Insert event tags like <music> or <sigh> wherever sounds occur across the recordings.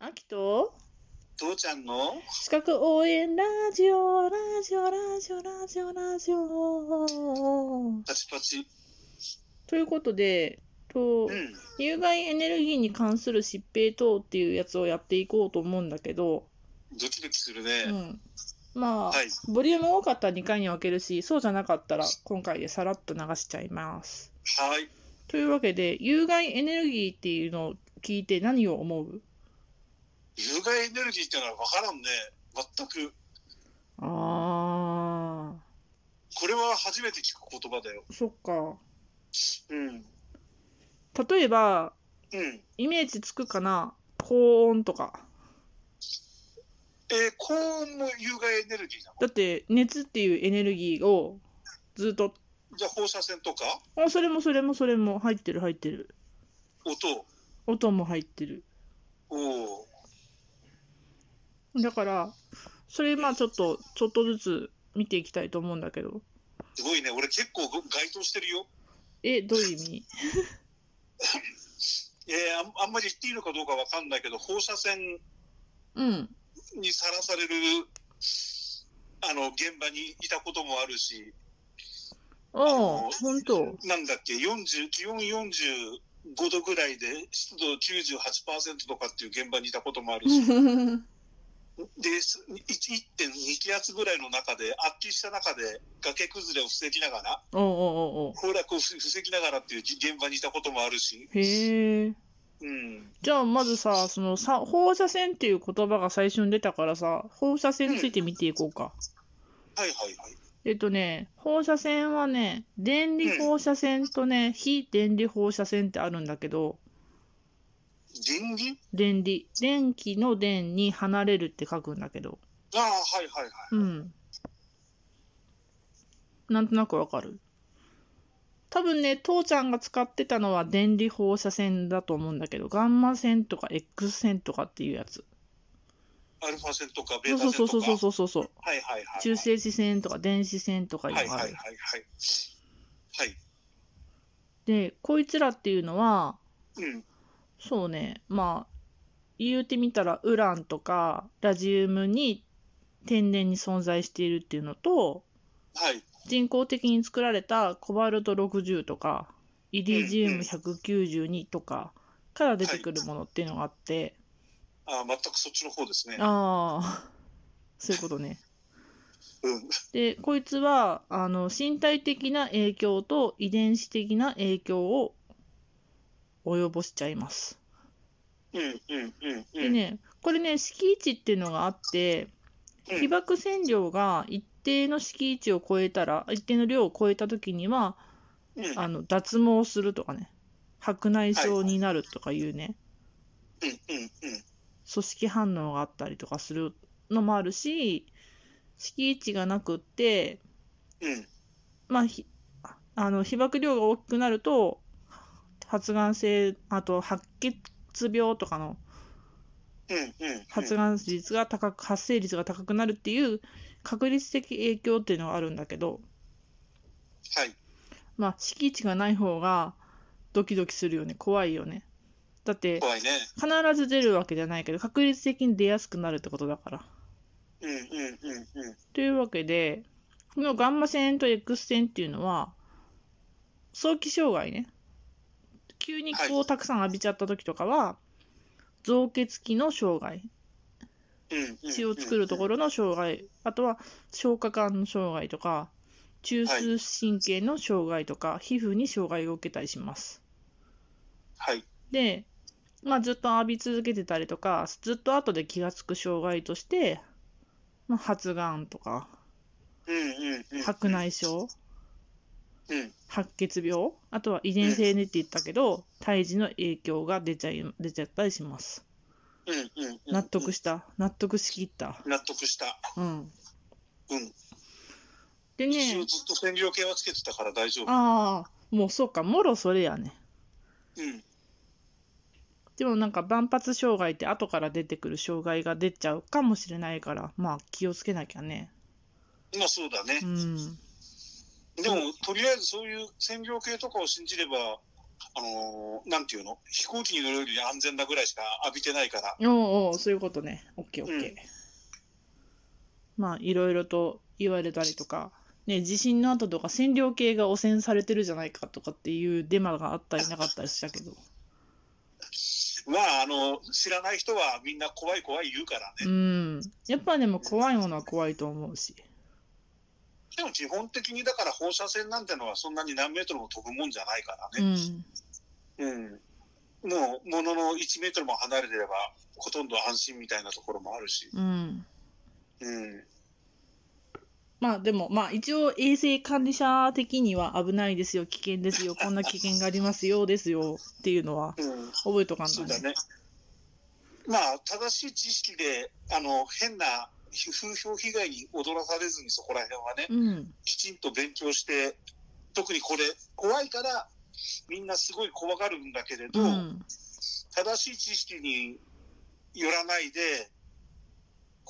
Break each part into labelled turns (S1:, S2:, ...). S1: あきと
S2: 父ちゃんの
S1: 資格応援ラジオラジオラジオラジオラジオ
S2: パチパチ。
S1: ということでと
S2: うん。
S1: 有害エネルギーに関する疾病等っていうやつをやっていこうと思うんだけど、
S2: ドキドキする
S1: う
S2: ね。
S1: ん、まあ、
S2: はい。
S1: ボリューム多かったら2回に分けるしそうじゃなかったら今回でさらっと流しちゃいます。
S2: はい。
S1: というわけで有害エネルギーっていうのを聞いて何を思う
S2: 有害エネルギーってのは分からんね。全く。
S1: あ
S2: これは初めて聞く言葉だよ。
S1: ーそっか
S2: うん。
S1: 例えば
S2: うん。
S1: イメージつくかな高温とか
S2: えー高温も有害エネルギーな
S1: だって熱っていうエネルギーをずっと
S2: のじゃあ放射線とか
S1: あそれもそれもそれも入ってる入ってる
S2: 音
S1: 音も入ってる
S2: おー
S1: だからそれまあちょっとちょっとずつ見ていきたいと思うんだけど
S2: すごいね。俺結構該当してるよ。
S1: えどういう意味
S2: えーあんあんまり言っていいのかどうか分かんないけど、放射線
S1: うん
S2: にさらされるあの現場にいたこともあるし、
S1: ああ本当
S2: なんだっけ、40気温45度ぐらいで湿度98%とかっていう現場にいたこともあ
S1: <laughs>
S2: るし、です1 1.2気圧ぐらいの中で、圧起した中で崖崩れを防ぎながら、
S1: おうおうおうおう
S2: 崩落を防ぎながらっていう現場にいたこともあるし、
S1: へえ
S2: うん、
S1: じゃあまずさそのさ放射線っていう言葉が最初に出たからさ放射線について見ていこうか
S2: はいはいはい。
S1: えっとね、放射線はね、電離放射線とね、非電離放射線ってあるんだけど、
S2: 電離
S1: 電離、電気の電に離れるって書くんだけど、
S2: ああ、はいはいはい。
S1: うん。なんとなくわかる。多分ね、父ちゃんが使ってたのは電離放射線だと思うんだけど、ガンマ線とか X 線とかっていうやつ。
S2: アルファ線とかベ
S1: そ
S2: ー
S1: う
S2: タ線
S1: そう
S2: とか。
S1: そうそうそうそう。
S2: はいはいはい。
S1: 中性子線とか電子線とかいう
S2: はい
S1: の
S2: は
S1: があ
S2: い
S1: る。
S2: はいはい。はい。
S1: で、こいつらっていうのは、
S2: うん。
S1: そうね、まあ、言うてみたら、ウランとかラジウムに天然に存在しているっていうのと、
S2: はい。
S1: 人工的に作られたコバルト60とか、イリジウム192とかから出てくるものっていうのがあって、
S2: ああ、全くそっちの方ですね。
S1: ああ、 <laughs> そういうことね。
S2: うん。
S1: で、こいつは、あの、身体的な影響と遺伝子的な影響を及ぼしちゃいます。
S2: うんうんうんうん。
S1: でね、これね、敷地っていうのがあって、
S2: うん
S1: 被爆線量が一定の敷地を超えたら、一定の量を超えたときには、
S2: うんうん
S1: あの脱毛するとかね、白内障になるとかいうね、
S2: うんうん
S1: 組織反応があったりとかするのもあるし、敷地がなくって、
S2: うん
S1: まあ、ひあの被爆量が大きくなると、発がん性、あと白血病とかの
S2: うんうん
S1: 発がん率が高く、発生率が高くなるっていう確率的影響っていうのがあるんだけど、
S2: はい
S1: まあ、敷地がない方がドキドキするよね、怖いよね。だって、
S2: 怖いね
S1: 必ず出るわけじゃないけど、確率的に出やすくなるってことだから。
S2: うんうんうんうん
S1: というわけで、このガンマ線と X 線っていうのは、早期障害ね。急にこ
S2: は
S1: うたくさん浴びちゃった時とかは、造血器の障害、
S2: うんうん
S1: 血を作るとこ
S2: ろ
S1: ろの障害、あとは消化管の障害とか、中枢神経の障害とか、皮膚に障害を受けたりします。
S2: はい
S1: で、まあ、ずっと浴び続けてたりとか、ずっと後で気がつく障害として、まあ、発がんとか、
S2: うんうんうん
S1: 白内障、
S2: うん
S1: 白血病、あとは遺伝性ねって言ったけど、胎児の影響が出ちゃい出ちゃったりします。
S2: うんうんうん
S1: 納得した、納得しきった。
S2: 納得した
S1: うん、
S2: うん
S1: で
S2: 一応
S1: ね、
S2: ずっと線量計はつけてたから大丈夫
S1: ああ、もうそうか、もろそれやね。
S2: うん
S1: でもなんか万発障害って後から出てくる障害が出ちゃうかもしれないから、まあ気をつけなきゃね。
S2: まあそうだね
S1: うん。
S2: でもとりあえずそういう線量計とかを信じればあのーなんていうの、飛行機に乗るより安全なぐらいしか浴びてないから、
S1: おうおうそういうことね。オッケーオッケー。
S2: うん
S1: まあ、いろいろと言われたりとか、ね、地震の後とか占領系が汚染されてるじゃないかとかっていうデマがあったりなかったりしたけど。
S2: まあ、あの知らない人はみんな怖い怖い言うから
S1: う
S2: ね、
S1: ん。やっぱでも怖いものは怖いと思うし。
S2: でも基本的にだから放射線なんてのはそんなに何メートルも飛ぶもんじゃないか
S1: う
S2: らね、
S1: ん。
S2: うんもうものの1メートルも離れてれば、ほとんど安心みたいなところもあるし、
S1: うん。
S2: うん、
S1: まあでも、まあ一応衛生管理者的には危ないですよ、危険ですよ、こんな危険がありますよ、ですよっていうのは
S2: うん、
S1: 覚えとかんない。
S2: そうだね。まあ、正しい知識で、あの、変な風評被害に踊らされずに、そこら辺はね、
S1: うん。
S2: きちんと勉強して、特にこれ、怖いから、みんなすごい怖がるんだけれど、
S1: うん。
S2: 正しい知識によらないで、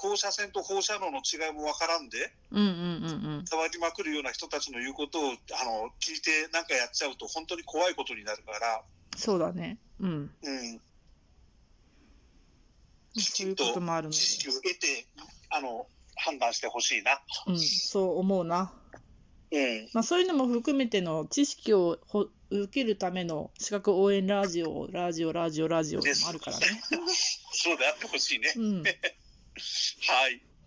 S2: 放射線と放射能の違いもわからんで、
S1: うんうんうん
S2: 変わりまくるような人たちの言うことを、あの、聞いてなんかやっちゃうと、本当に怖いことになるから、
S1: そうだね。うん。
S2: うん、き
S1: そ
S2: ち
S1: うい
S2: ん
S1: う
S2: と
S1: こともあるので
S2: 知。識を得て、あの、判断してほしいな。
S1: うん、そう思うな。
S2: うん。
S1: まあそういうのも含めての知識をほ受けるための資格応援ラジオ、ラジオ、ラジオ、ラジオもあるからね。
S2: そうであってほしいね。
S1: うん。
S2: はい。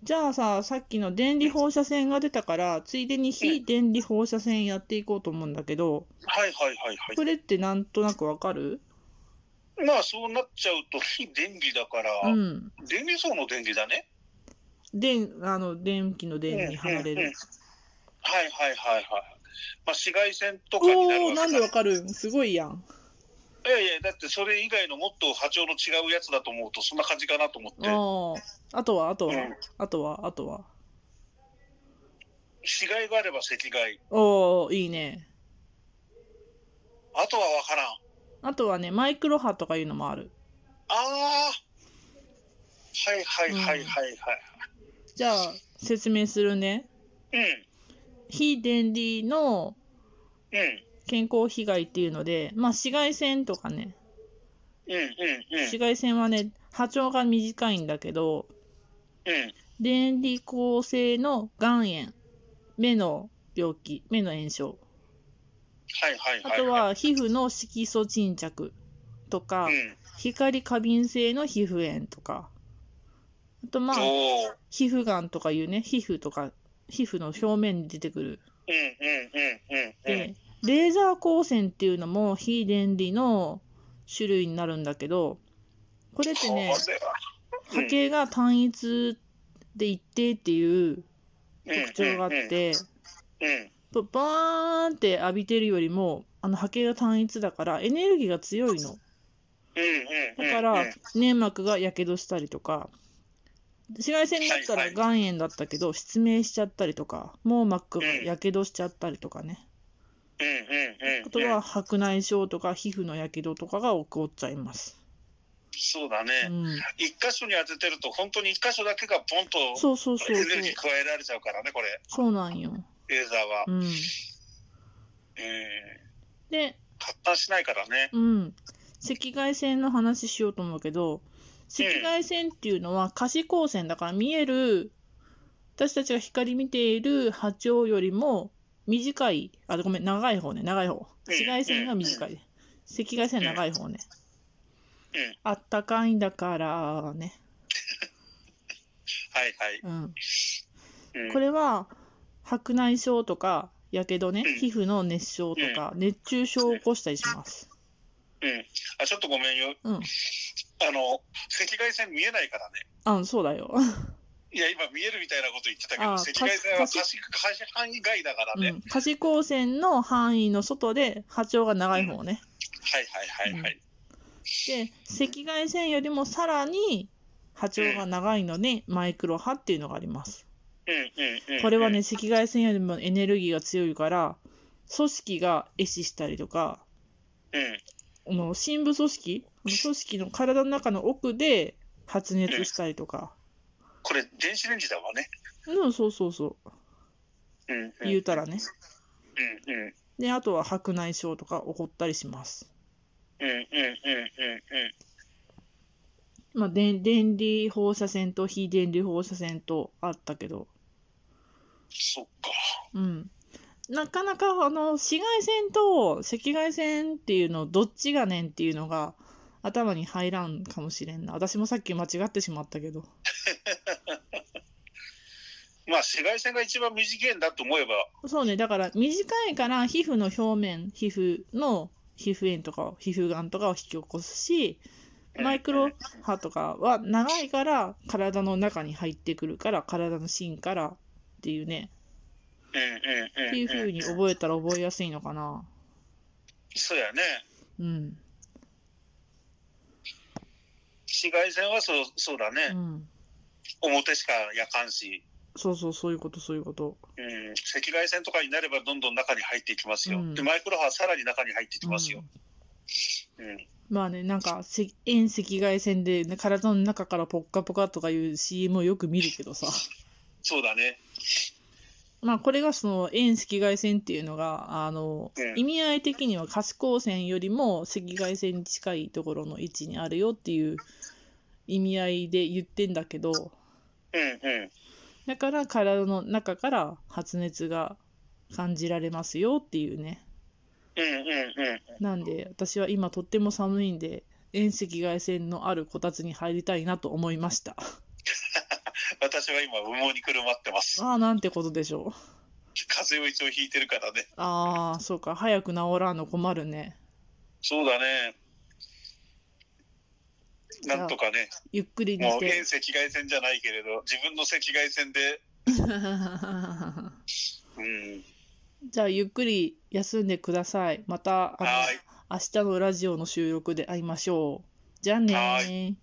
S1: じゃあさ、さっきの電離放射線が出たから、ついでに非電離放射線やっていこうと思うんだけど、
S2: はいはいはいは
S1: それってなんとなくわかる
S2: い。まあそうなっちゃうと、非電気だから、
S1: うん。
S2: 電離層の電気だね。
S1: 電、あの、電気の電に離れ
S2: うんうんうん
S1: る。
S2: はいはいはいはい。まあ紫外線とかになる
S1: おおー、
S2: わけ
S1: な
S2: だ
S1: んでわかるんすごいやん。
S2: いやいや、だってそれ以外のもっと波長の違うやつだと思うと、そんな感じかなと思って。
S1: おーあとは、あとは
S2: うん、
S1: あとは、あとは。
S2: 紫外があれば赤外。
S1: おおいいね。
S2: あとは分からん。
S1: あとはね、マイクロ波とかいうのもある。
S2: ああ。はいはいはいはいはい。
S1: じゃあ、説明するね。非電離の
S2: うん。うん。
S1: 健康被害っていうので、まあ、紫外線とかね、
S2: うんうんうん。
S1: 紫外線はね、波長が短いんだけど、
S2: うん。
S1: 電離構性の眼炎、目の病気、目の炎症、
S2: はいはい
S1: あ
S2: はいい。
S1: とは皮膚の色素沈着とか、
S2: うん。
S1: 光過敏性の皮膚炎とか、あとまあ、
S2: おー
S1: 皮膚がんとかいうね、皮膚とか、皮膚の表面に出てくる。
S2: うんうんうんうんうん。
S1: で、レーザー光線っていうのも非電離の種類になるんだけど、これってね
S2: こ、れは
S1: 波形が単一で一定っていう特徴があっ。て、
S2: うんうんうんうん
S1: バーンって浴びてるよりも、あの波形が単一だからエネルギーが強いの。
S2: うんうん。
S1: だから粘膜がやけどしたりとか、紫外線だった
S2: は
S1: ら
S2: い
S1: 岩塩だったけど失明しちゃったりとか、網膜がやけどしちゃったりとかね。
S2: うんうんうんうん。
S1: あとは。白内障とか皮膚のやけどとかが起こっちゃいます。
S2: そうだ
S1: う
S2: ね。
S1: ん、
S2: 一箇所に当ててると、本当に一箇所だけがポンと
S1: そうそうそう
S2: エ
S1: そ
S2: ネ
S1: う。
S2: ルギー加えられちゃうからね、これ、
S1: そうなんよ。
S2: レーザーは
S1: う。ん、
S2: うん。
S1: で、
S2: 発達しないからね。
S1: うん、赤外線の話しようと思うけど、赤外線っていうのは可視光線だから見える、私たちが光見ている波長よりも短い、あ、ごめん、長い方ね、長い方。紫外線が短い。赤外線長い方ね。
S2: うん。
S1: あったかいんだからね。
S2: はいはい。
S1: うん。
S2: うん
S1: これは白内障とかやけどね、
S2: うん
S1: 皮膚の熱傷とか、熱中症を起こしたりします。
S2: うん。あ、ちょっとごめんよ。
S1: うん、
S2: あの、赤外線見えないからね。
S1: あそうだよ。
S2: いや、今見えるみたいなこと言ってたけど、
S1: あー
S2: 赤外線は
S1: 可視
S2: 可視可視範囲外だから
S1: う
S2: ね。
S1: ん、可視光線の範囲の外で波長が長い方ね。
S2: はいはいはいはい。
S1: で、赤外線よりもさらに波長が長いので、マイクロ波っていうのがあります。
S2: うんうんうん。
S1: これはね、、赤外線よりもエネルギーが強いから、組織が壊死したりとか、
S2: うん。
S1: あの深部組織、あの組織の体の中の奥で発熱したりとか、
S2: これ、電子レンジだわね。
S1: うん、そうそうそう。
S2: うん、うん。
S1: 言うたらね。
S2: うんうん。
S1: で、あとは白内障とか起こったりします。
S2: うんうんうんうん
S1: まあ、で電離放射線と非電離放射線とあったけど、
S2: そっか
S1: うん、なかなかあの紫外線と赤外線っていうのどっちがねんっていうのが頭に入らんかもしれんな私もさっき間違ってしまったけど
S2: まあ紫外線が一番短いんだと思えば
S1: そうねだから短いから皮膚の表面皮膚の皮膚炎とか皮膚がんとかを引き起こすしマイクロ波とかは長いから体の中に入ってくるから体の芯からっていうね
S2: うんうんうん
S1: っていう風に覚えたら覚えやすいのかな
S2: そうやね
S1: うん
S2: 紫外線はそうそうだ
S1: う
S2: ね、
S1: ん
S2: 表しかやかんし、
S1: そうそうそういうことそういうこと
S2: うん、赤外線とかになればどんどん中に入っていきますよ、
S1: うん
S2: でマイクロ波はさらに中に入っていきますよ、うん
S1: まあね、なんか、せ遠赤外線で、ね、体の中からポッカポカとかいう CM をよく見るけどさ。
S2: そうだね
S1: まあ、これがその遠赤外線っていうのが、あの
S2: う、ん
S1: 意味合い的には可視光線よりも赤外線に近いところの位置にあるよっていう意味合いで言ってんだけど、
S2: うんうん
S1: だから体の中から発熱が感じられますよっていうね。
S2: うんうんうん
S1: なんで、私は今とっても寒いんで、遠赤外線のあるこたつに入りたいなと思いました。
S2: 私は今羽毛にくるまってます
S1: ああ、なんてことでしょう。
S2: 風邪を一応ひいてるからね
S1: ああ、そうか。早く治らんの困るね。
S2: そうだねなんとかね
S1: ゆっくり
S2: も
S1: 寝
S2: う遠
S1: て。
S2: 赤外線じゃないけれど自分の赤外線で、
S1: <laughs>
S2: うん、
S1: じゃあ、ゆっくり休んでください。また、あの
S2: はーい
S1: 明日のラジオの収録で会いましょう。じゃあねー。
S2: はー
S1: い